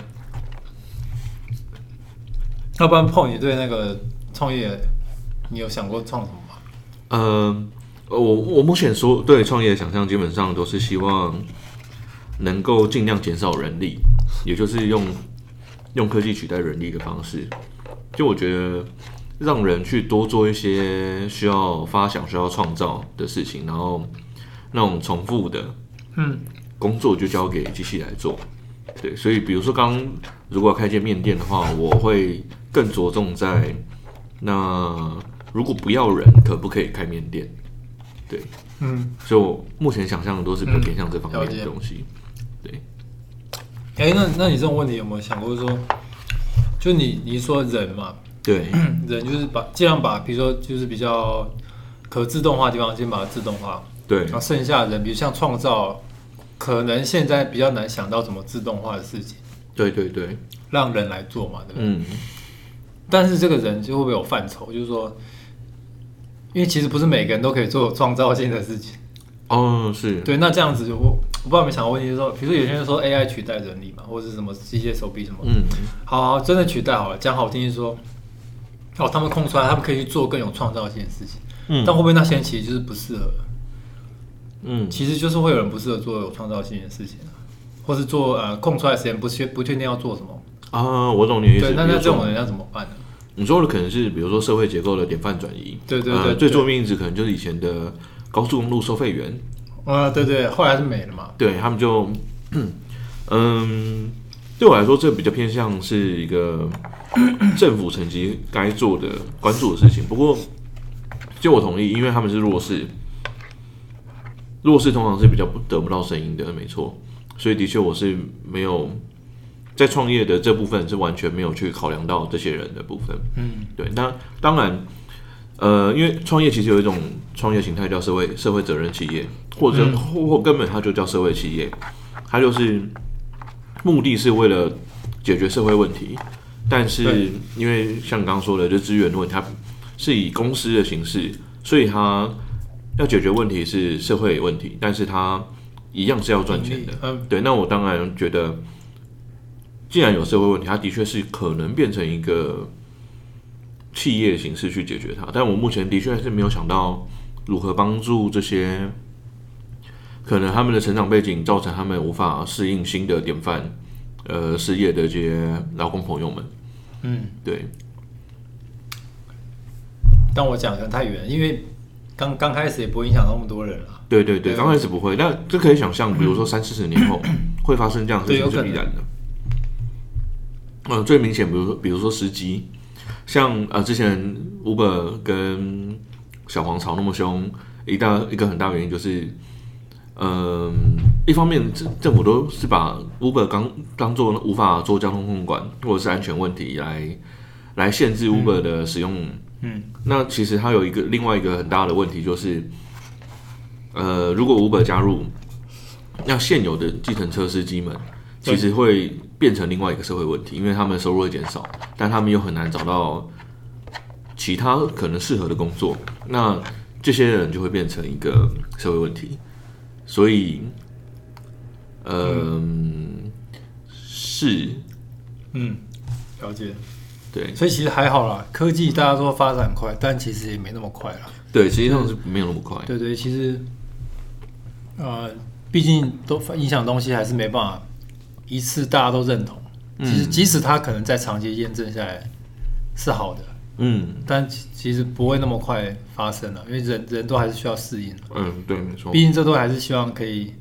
Speaker 2: 要不然碰你对那个创业，你有想过创什么吗？
Speaker 1: 嗯、呃，我我目前说对创业的想象，基本上都是希望能够尽量减少人力，也就是用用科技取代人力的方式。就我觉得，让人去多做一些需要发想、需要创造的事情，然后那种重复的
Speaker 2: 嗯，
Speaker 1: 工作就交给机器来做。对，所以比如说刚刚如果要开间面店的话，我会更着重在那如果不要人，可不可以开面店？
Speaker 2: 嗯，
Speaker 1: 所以我目前想象的都是比较偏向这方面
Speaker 2: 嗯了
Speaker 1: 的
Speaker 2: 解
Speaker 1: 东西。
Speaker 2: 哎、那那你这种问题有没有想过说，就你你说人嘛，
Speaker 1: 对，
Speaker 2: 人就是把尽量把，比如说就是比较可自动化的地方，先把它自动化，
Speaker 1: 对
Speaker 2: 然，后剩下的人，比如像创造，可能现在比较难想到怎么自动化的事情，
Speaker 1: 对对对，
Speaker 2: 让人来做嘛，对不对？
Speaker 1: 嗯，
Speaker 2: 但是这个人就会不会有范畴，就是说，因为其实不是每个人都可以做有创造性的事情。
Speaker 1: 哦，是，
Speaker 2: 对，那这样子就我我不知道你们想的问题是说，比如说有些人说 AI 取代人力嘛，或者是什么机械手臂什么，
Speaker 1: 嗯，
Speaker 2: 好好真的取代好了，讲好听是说，哦，他们空出来，他们可以去做更有创造性的事情，但会不会那些人其实就是不适合？
Speaker 1: 嗯，
Speaker 2: 其实就是会有人不适合做有创造性的事情啊，或是做呃空出来的时间不确不确定要做什么。
Speaker 1: 啊，我懂你的意思。
Speaker 2: 对，那
Speaker 1: 比
Speaker 2: 那
Speaker 1: 如
Speaker 2: 这种
Speaker 1: 说，
Speaker 2: 人要怎么办呢？
Speaker 1: 你说的可能是比如说社会结构的典范转移，
Speaker 2: 对对
Speaker 1: 呃
Speaker 2: 对
Speaker 1: 最
Speaker 2: 对
Speaker 1: 著名例子可能就是以前的高速公路收费员，
Speaker 2: 啊、对对，后来是没了嘛。
Speaker 1: 对他们就，嗯，对我来说，这比较偏向是一个政府层级该做的关注的事情。不过，就我同意，因为他们是弱势，弱势通常是比较不得不到声音的，没错。所以的确，我是没有在创业的这部分是完全没有去考量到这些人的部分。
Speaker 2: 嗯，
Speaker 1: 对，那当然，呃，因为创业其实有一种创业形态叫社会社会责任企业，或者、或或根本它就叫社会企业，它就是目的是为了解决社会问题，但是
Speaker 2: 对
Speaker 1: 因为像你刚刚说的，就资源的问题，它是以公司的形式，所以它要解决问题是社会问题，但是它一样是要赚钱的。
Speaker 2: 嗯，
Speaker 1: 对，那我当然觉得，既然有社会问题，它的确是可能变成一个企业形式去解决它。但我目前的确还是没有想到如何帮助这些可能他们的成长背景造成他们无法适应新的典范，呃，失业的这些劳工朋友们。
Speaker 2: 嗯，
Speaker 1: 对，
Speaker 2: 但我讲可能太远，因为刚刚开始也不会影响到那么多人啊。
Speaker 1: 对对对，
Speaker 2: 对
Speaker 1: 刚开始不会，但这可以想象，比如说三四十年后会发生这样的事
Speaker 2: 对有
Speaker 1: 情
Speaker 2: 可
Speaker 1: 是
Speaker 2: 能
Speaker 1: 必然的。呃，最明显，比如说比如说司机，像呃之前 Uber 跟小黄吵那么凶，一大一个很大原因就是，嗯、一方面政政府都是把 Uber 当当做无法做交通控管或者是安全问题来来限制 Uber 的使用。
Speaker 2: 嗯，
Speaker 1: 那其实它有一个另外一个很大的问题就是，呃，如果 Uber 加入，那现有的计程车司机们
Speaker 2: 对
Speaker 1: 其实会变成另外一个社会问题，因为他们收入会减少，但他们又很难找到其他可能适合的工作，那这些人就会变成一个社会问题。所以，嗯，是，
Speaker 2: 嗯，了解。
Speaker 1: 对
Speaker 2: 所以其实还好啦，科技大家说发展快，但其实也没那么快啦。
Speaker 1: 对，实际上是没有那么快。
Speaker 2: 对对，其实，呃，毕竟都影响东西还是没办法一次大家都认同。其实
Speaker 1: 嗯
Speaker 2: 即使它可能在长期验证下来是好的，
Speaker 1: 嗯
Speaker 2: 但其其实不会那么快发生了，因为人人都还是需要适应的。
Speaker 1: 嗯，对，没错
Speaker 2: 毕。竟这都还是希望可以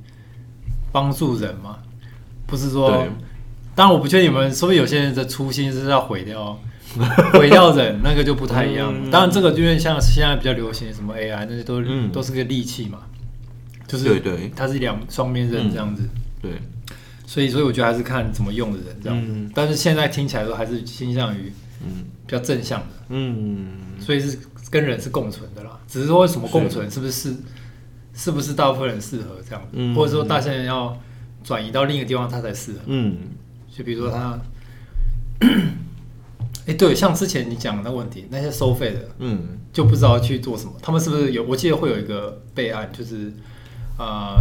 Speaker 2: 帮助人嘛，不是说
Speaker 1: 对。
Speaker 2: 当然，我不确定你们，说不定有些人的初心是要毁掉，毁掉人，那个就不太一样。
Speaker 1: 嗯
Speaker 2: 当然，这个因为像现在比较流行的什么 AI，那些都、
Speaker 1: 嗯
Speaker 2: 都是个利器嘛，就是
Speaker 1: 对对嗯
Speaker 2: 它是两双面刃这样子。
Speaker 1: 对，
Speaker 2: 所以，所以我觉得还是看怎么用的人这样子。
Speaker 1: 嗯
Speaker 2: 但是现在听起来都还是倾向于
Speaker 1: 嗯
Speaker 2: 比较正向的，
Speaker 1: 嗯，
Speaker 2: 所以是跟人是共存的啦。只是说什么共存，是不是是不是大部分人适合这样子，
Speaker 1: 嗯
Speaker 2: 或者说大些人要转移到另一个地方，他才适合。
Speaker 1: 嗯
Speaker 2: 就比如说 他，哎、对，像之前你讲的那问题，那些收费的
Speaker 1: 嗯
Speaker 2: 就不知道去做什么，他们是不是有？我记得会有一个备案，就是呃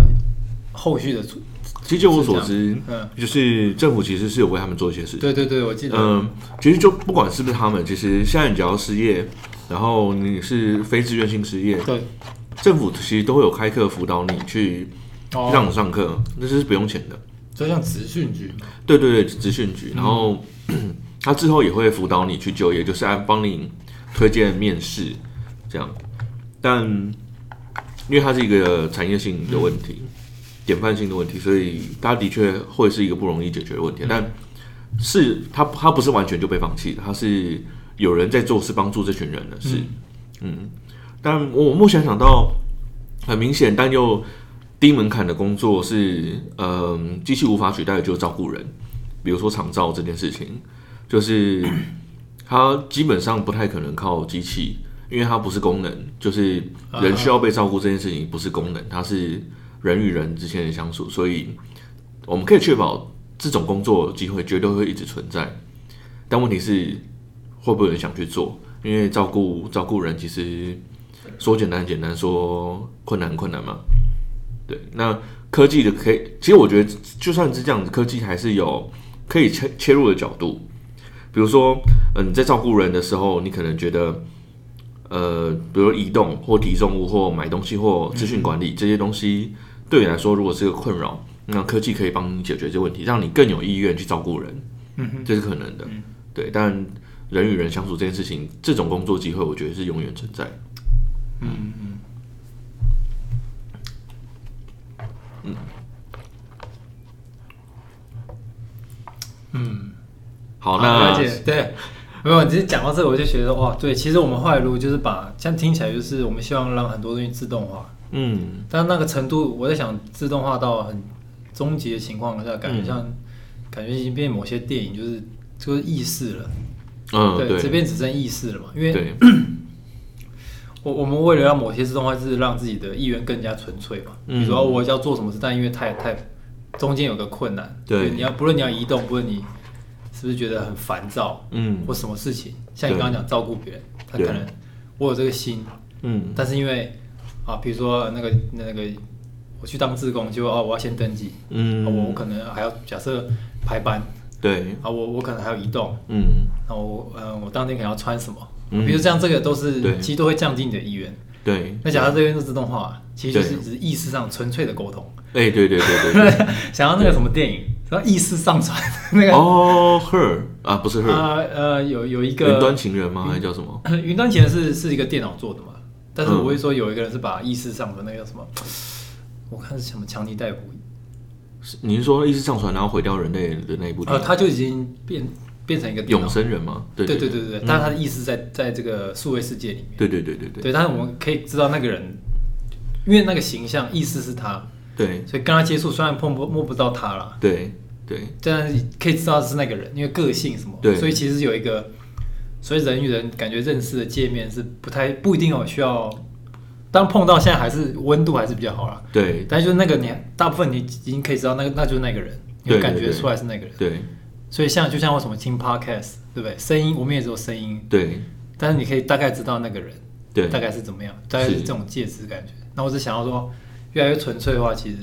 Speaker 2: 后续的处，
Speaker 1: 其实就我所知，
Speaker 2: 嗯，
Speaker 1: 就是政府其实是有为他们做一些事情。
Speaker 2: 对对对，我记得，
Speaker 1: 嗯，其实就不管是不是他们，其实现在你只要失业，然后你是非自愿性失业，
Speaker 2: 对，
Speaker 1: 政府其实都会有开课辅导你去
Speaker 2: 哦，
Speaker 1: 让你上课，那、是不用钱的。
Speaker 2: 就像职训局嘛，
Speaker 1: 对对对，资讯局，然后、 他之后也会辅导你去就业，就是按帮你推荐面试这样。但因为它是一个产业性的问题、典范性的问题，所以它的确会是一个不容易解决的问题。但是它它不是完全就被放弃的，它是有人在做事帮助这群人的事。嗯但我目前想到很明显但又低门槛的工作是，嗯、机器无法取代的就是照顾人，比如说长照这件事情。 就是 它基本上不太可能靠机器，因为它不是功能，就是人需要被照顾这件事情不是功能，它是人与人之间的相处，所以我们可以确保这种工作机会绝对会一直存在。但问题是会不会有人想去做？因为照顾照顾人，其实说简单简单，说困难困难嘛。对，那科技的可以，其实我觉得就算是这样子，科技还是有可以切切入的角度。比如说，嗯、你在照顾人的时候，你可能觉得，呃，比如移动或提重物或买东西或资讯管理、
Speaker 2: 嗯
Speaker 1: 这些东西，对你来说如果是个困扰，那科技可以帮你解决这个问题，让你更有意愿去照顾人，
Speaker 2: 嗯
Speaker 1: 这是可能的。对，但人与人相处这件事情，这种工作机会，我觉得是永远存在。
Speaker 2: 嗯
Speaker 1: 好，那
Speaker 2: 啊了解 对。没有，你只是讲到这个，我就觉得哇，对，其实我们后来如果就是把，这样听起来就是我们希望让很多东西自动化，
Speaker 1: 嗯，
Speaker 2: 但那个程度，我在想自动化到很终极的情况下，感觉
Speaker 1: 嗯
Speaker 2: 像、感觉已经变某些电影就是就是意识了，
Speaker 1: 嗯，对，
Speaker 2: 这边只剩意识了嘛，因为
Speaker 1: 对，
Speaker 2: 我我们为了让某些自动化，就是让自己的意愿更加纯粹嘛。
Speaker 1: 嗯
Speaker 2: 比如说我要做什么事，但因为太太中间有个困难，
Speaker 1: 对
Speaker 2: 你要不论你要移动，不论你是不是觉得很烦躁，
Speaker 1: 嗯
Speaker 2: 或什么事情，像你
Speaker 1: 对
Speaker 2: 刚刚讲照顾别人，他
Speaker 1: 对
Speaker 2: 可能我有这个心，
Speaker 1: 嗯，
Speaker 2: 但是因为啊，比如说那个那个我去当志工，就哦我要先登记，
Speaker 1: 嗯
Speaker 2: 啊我我可能还要假设排班
Speaker 1: 对，
Speaker 2: 啊，我我可能还要移动，
Speaker 1: 嗯，
Speaker 2: 那我嗯我当天可能要穿什么，啊
Speaker 1: 嗯
Speaker 2: 比如这样，这个都是
Speaker 1: 对
Speaker 2: 其实都会降低你的意愿。
Speaker 1: 对，
Speaker 2: 那假设这边是自动化，其实就是
Speaker 1: 对
Speaker 2: 只是意识上纯粹的沟通。
Speaker 1: 哎、对对对对对。
Speaker 2: 想要那个什么电影，然后意识上传 那个
Speaker 1: 哦，Her 啊，不是 Her，
Speaker 2: 呃呃，有有一
Speaker 1: 云端
Speaker 2: 个
Speaker 1: 情人吗？还是叫什么？
Speaker 2: 云端前是是一个电脑做的嘛，但是
Speaker 1: 嗯
Speaker 2: 我会说有一个人是把意识上的那个叫什么，我看是什么强尼戴普，
Speaker 1: 是你是说意识上传然后毁掉人类的那一部电
Speaker 2: 呃，
Speaker 1: 影？
Speaker 2: 他就已经变变成一个电脑
Speaker 1: 永，生人吗？对
Speaker 2: 对
Speaker 1: 对嗯
Speaker 2: 对对对，但他的意识在在这个数位世界里面，
Speaker 1: 对对对对对
Speaker 2: 对，但是我们可以知道那个人，因为那个形象意识是他，
Speaker 1: 对
Speaker 2: 所以跟他接触虽然碰不摸不到他了。
Speaker 1: 对对
Speaker 2: 但是可以知道是那个人，因为个性什么，
Speaker 1: 对
Speaker 2: 所以其实有一个，所以人与人感觉认识的界面是不太不一定有需要，当碰到现在还是温度还是比较好啦，
Speaker 1: 对
Speaker 2: 但是就是那个你大部分你已经可以知道那个那就是那个人，你
Speaker 1: 对
Speaker 2: 有感
Speaker 1: 对
Speaker 2: 觉
Speaker 1: 对
Speaker 2: 出来是那个人，
Speaker 1: 对
Speaker 2: 所以像就像为什么听 podcast 对不对？声音我们也只有声音，
Speaker 1: 对
Speaker 2: 但是你可以大概知道那个人
Speaker 1: 对
Speaker 2: 大概是怎么样，大概是
Speaker 1: 是
Speaker 2: 这种介质感觉。那我只想要说，越来越纯粹的话，其实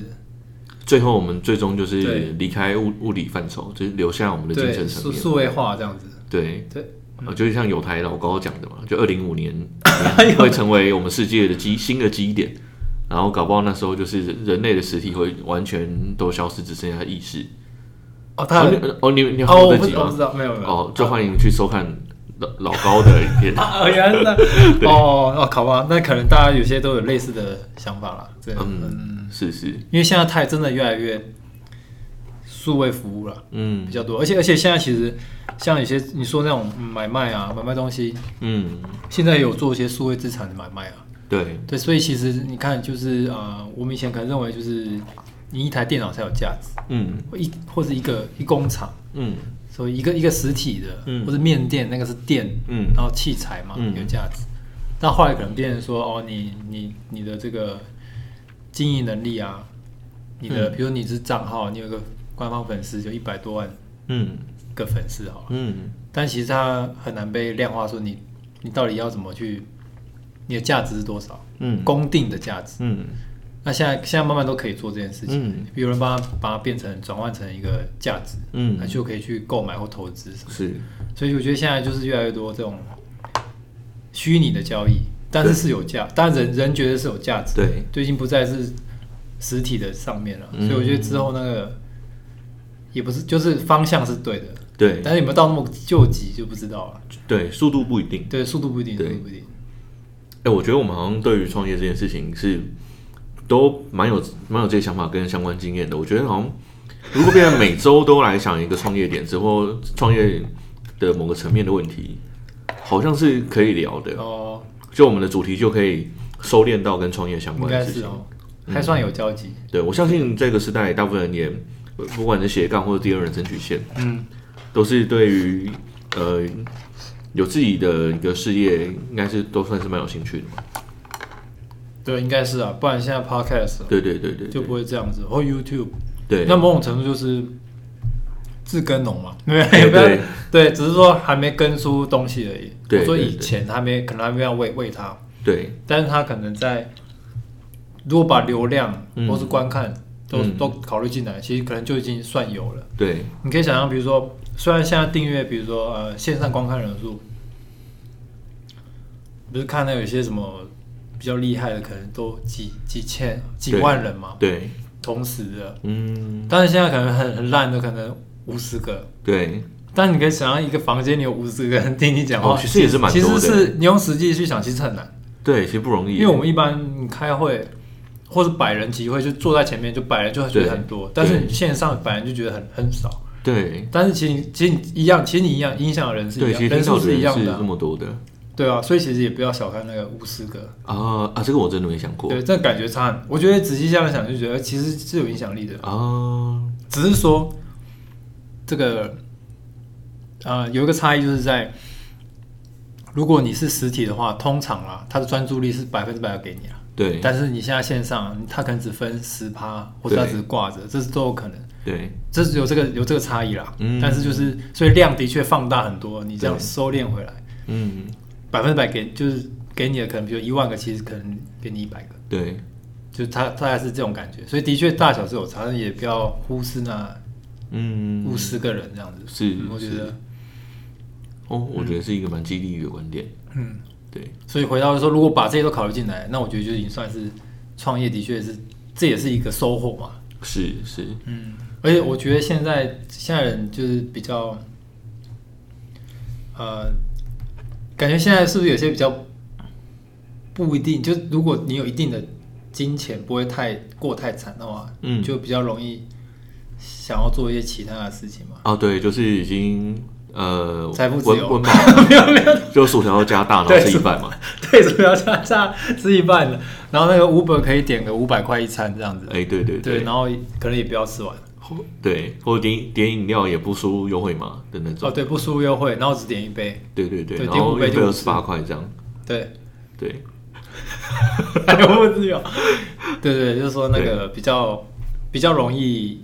Speaker 1: 最后我们最终就是
Speaker 2: 对
Speaker 1: 离开物物理范畴，就是留下我们的精
Speaker 2: 对
Speaker 1: 神层
Speaker 2: 数
Speaker 1: 面。
Speaker 2: 数位化这样子，
Speaker 1: 对，
Speaker 2: 对。
Speaker 1: 呃就是像有台老高讲的嘛，就二零五年
Speaker 2: 哎呦
Speaker 1: 会成为我们世界的基新的基点，然后搞不好那时候就是人类的实体会完全都消失，只剩下意识。
Speaker 2: 哦，他
Speaker 1: 哦，你哦你你好
Speaker 2: 哦，我
Speaker 1: 这
Speaker 2: 不
Speaker 1: 集
Speaker 2: 我不
Speaker 1: 吗
Speaker 2: 知？道，没有没有。
Speaker 1: 哦，就欢迎去收看老老高的影 片。
Speaker 2: 啊，原来是那哦哦，好吧，那可能大家有些都有类似的想法啦。对，嗯，
Speaker 1: 嗯，是是，
Speaker 2: 因为现在太真的越来越数位服务了
Speaker 1: 嗯
Speaker 2: 比较多，而且而且现在其实像有些你说那种嗯买卖啊，买卖东西，
Speaker 1: 嗯，
Speaker 2: 现在有做一些数位资产的买卖啊。
Speaker 1: 对
Speaker 2: 对，所以其实你看，就是呃，我们以前可能认为就是你一台电脑才有价值，
Speaker 1: 嗯
Speaker 2: 或一或是一个一工厂，
Speaker 1: 嗯
Speaker 2: 所以一个一个实体的，
Speaker 1: 嗯
Speaker 2: 或者面店那个是店，
Speaker 1: 嗯
Speaker 2: 然后器材嘛、
Speaker 1: 嗯
Speaker 2: 有价值，但后来可能变成说，哦，你你你的这个经营能力啊，你的、比如你是账号，你有个官方粉丝就一百多万
Speaker 1: 嗯
Speaker 2: 个粉丝好了，
Speaker 1: 嗯
Speaker 2: 但其实它很难被量化，说你你到底要怎么去，你的价值是多少，
Speaker 1: 嗯
Speaker 2: 公定的价值，
Speaker 1: 嗯
Speaker 2: 那现在现在慢慢都可以做这件事情，
Speaker 1: 嗯
Speaker 2: 有人帮它把它变成转换成一个价值，那
Speaker 1: 嗯，
Speaker 2: 就可以去购买或投资什么的。
Speaker 1: 是，
Speaker 2: 所以我觉得现在就是越来越多这种虚拟的交易，但是是有价，但人人觉得是有价值，
Speaker 1: 对，
Speaker 2: 就已经不再是实体的上面了。
Speaker 1: 嗯
Speaker 2: 所以我觉得之后那个也不是，就是方向是对的，
Speaker 1: 对
Speaker 2: 但是有没有到那么救急就不知道了。
Speaker 1: 对，速度不一定。
Speaker 2: 对，速度不一定，速
Speaker 1: 对
Speaker 2: 度不一定。
Speaker 1: 哎、我觉得我们好像对于创业这件事情是都蛮有蛮有这些想法跟相关经验的。我觉得好像如果变成每周都来想一个创业点子或创业的某个层面的问题，好像是可以聊的。
Speaker 2: 哦，
Speaker 1: 就我们的主题就可以收敛到跟创业相
Speaker 2: 应
Speaker 1: 关
Speaker 2: 该
Speaker 1: 的事
Speaker 2: 是
Speaker 1: 情。
Speaker 2: 哦，还算有交集。
Speaker 1: 对我相信这个时代，大部分人也不不管是斜杠或者第二人生曲线，
Speaker 2: 嗯，
Speaker 1: 都是对于呃有自己的一个事业，应该是都算是蛮有兴趣的嘛。
Speaker 2: 对，应该是啊，不然现在 podcast
Speaker 1: 对对对对，
Speaker 2: 就不会这样子，或 YouTube，
Speaker 1: 对
Speaker 2: 那某种程度就是自耕 农嘛，对
Speaker 1: 对
Speaker 2: 不要
Speaker 1: 哎对
Speaker 2: 对，只是说还没耕出东西而已。
Speaker 1: 对
Speaker 2: 我说
Speaker 1: 对
Speaker 2: 以
Speaker 1: 对
Speaker 2: 前还没，可能还没有喂喂它，
Speaker 1: 对
Speaker 2: 但是它可能在如果把流量
Speaker 1: 嗯
Speaker 2: 或是观看都、
Speaker 1: 嗯
Speaker 2: 都考虑进来，其实可能就已经算有了。
Speaker 1: 对
Speaker 2: 你可以想象，比如说，虽然现在订阅，比如说呃线上观看人数，不是看到有些什么比较厉害的，可能都几几千几万人嘛，
Speaker 1: 对，
Speaker 2: 同时的。
Speaker 1: 嗯，
Speaker 2: 但是现在可能很很烂的，可能五十个。
Speaker 1: 对
Speaker 2: 但你可以想象一个房间里有五十个人听你讲话，
Speaker 1: 哦其实也是蛮
Speaker 2: 其
Speaker 1: 多
Speaker 2: 实
Speaker 1: 的嗯
Speaker 2: 是你用实际去想，其实很难，
Speaker 1: 对，其实不容易，
Speaker 2: 因为我们一般开会或是百人集会，就坐在前面，就百人就觉得很多，
Speaker 1: 对
Speaker 2: 但是你
Speaker 1: 对
Speaker 2: 线上百人就觉得很很少。
Speaker 1: 对
Speaker 2: 但是其实你其实你一样，其实你一样影响的人是一
Speaker 1: 对，其实
Speaker 2: 样，人
Speaker 1: 听
Speaker 2: 数
Speaker 1: 到的嗯
Speaker 2: 是一
Speaker 1: 人
Speaker 2: 样
Speaker 1: 是
Speaker 2: 的
Speaker 1: 这
Speaker 2: 啊，
Speaker 1: 么多的
Speaker 2: 对啊，所以其实也不要小看那个五十个，
Speaker 1: 啊啊，这个我真的没想过
Speaker 2: 对，这感觉差很。我觉得仔细这样想就觉得哎其实是有影响力的，
Speaker 1: 啊，
Speaker 2: 只是说这个呃有一个差异就是在，如果你是实体的话，通常啦，他的专注力是百分之百要给你啊，
Speaker 1: 对
Speaker 2: 但是你现在线上，他可能只分十趴，或者他
Speaker 1: 对
Speaker 2: 只是挂着，这是都有可能。
Speaker 1: 对
Speaker 2: 这是有这个有这个差异啦，
Speaker 1: 嗯
Speaker 2: 但是就是所以量的确放大很多，你这样
Speaker 1: 对
Speaker 2: 收敛回来，
Speaker 1: 嗯
Speaker 2: 百分之百给就是给你的可能比如一万个，其实可能给你一百个，
Speaker 1: 对
Speaker 2: 就是它大概是这种感觉，所以的确大小是有差，但也不要忽视那
Speaker 1: 嗯
Speaker 2: 五十个人这样子，
Speaker 1: 是
Speaker 2: 嗯我觉得
Speaker 1: 是，哦，我觉得是一个蛮激励的观点，
Speaker 2: 嗯，
Speaker 1: 对
Speaker 2: 所以回到说，如果把这些都考虑进来，那我觉得就已经算是创业的确是这也是一个收获嘛，
Speaker 1: 是是
Speaker 2: 嗯，而且我觉得现在现在人就是比较，呃，感觉现在是不是有些比较不一定？就如果你有一定的金钱，不会太过太惨的话，
Speaker 1: 嗯
Speaker 2: 就比较容易想要做一些其他的事情嘛。
Speaker 1: 哦，对，就是已经呃
Speaker 2: 财富自
Speaker 1: 温
Speaker 2: 由
Speaker 1: 温饱，
Speaker 2: 没有没有，
Speaker 1: 就薯条加大，然后
Speaker 2: 对
Speaker 1: 吃一
Speaker 2: 是
Speaker 1: 半嘛，
Speaker 2: 对，主要加价吃一半的，然后那个 Uber 可以点个五百块一餐这样子，
Speaker 1: 哎，对对
Speaker 2: 对，然后可能也不要吃完。
Speaker 1: 对，或者点点饮料也不输优惠码的那
Speaker 2: 哦，
Speaker 1: 种，
Speaker 2: 对，不输优惠，然后只点一杯，
Speaker 1: 对对对，
Speaker 2: 对
Speaker 1: 然
Speaker 2: 点五
Speaker 1: 后
Speaker 2: 杯
Speaker 1: 一
Speaker 2: 就
Speaker 1: 杯二
Speaker 2: 五
Speaker 1: 十
Speaker 2: 十
Speaker 1: 八块这样，
Speaker 2: 对。
Speaker 1: 对，
Speaker 2: 还有不自由。对对，就是说那个比较比较容易，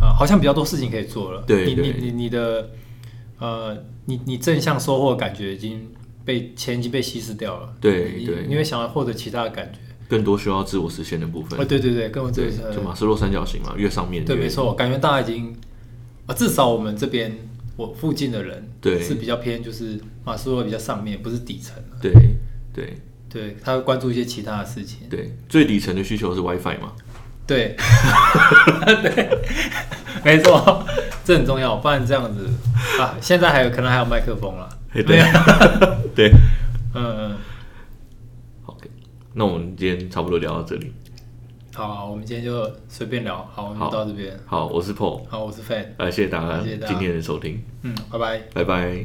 Speaker 2: 呃，好像比较多事情可以做了。
Speaker 1: 对
Speaker 2: 你
Speaker 1: 对
Speaker 2: 你你你的呃，你你正向收获的感觉已经被钱已经被稀释掉了。
Speaker 1: 对
Speaker 2: 你
Speaker 1: 对
Speaker 2: 你会想要获得其他的感觉。
Speaker 1: 更多需要自我实现的部分
Speaker 2: 哦，。对对对，跟我这
Speaker 1: 对
Speaker 2: 个是，
Speaker 1: 就马斯洛三角形嘛，越上面
Speaker 2: 对，
Speaker 1: 越
Speaker 2: 没。错，感觉大家已经啊，至少我们这边我附近的人
Speaker 1: 对
Speaker 2: 是比较偏就是马斯洛比较上面，不是底层了。
Speaker 1: 对对
Speaker 2: 对，他会关注一些其他的事情。
Speaker 1: 对，最底层的需求是 WiFi 嘛？
Speaker 2: 对，对，没错，这很重要，不然这样子啊，现在还有可能还有麦克风了，
Speaker 1: 哎对
Speaker 2: 有，
Speaker 1: 对
Speaker 2: 嗯，嗯
Speaker 1: ，OK，那我们今天差不多聊到这里。
Speaker 2: 好，我们今天就随便聊，好，我们就
Speaker 1: 好
Speaker 2: 到这边，
Speaker 1: 好，我是 Paul，
Speaker 2: 好，我是 Fan，
Speaker 1: 呃，谢谢大家
Speaker 2: 谢谢大家
Speaker 1: 今天的收听，
Speaker 2: 嗯，拜拜。
Speaker 1: 拜拜。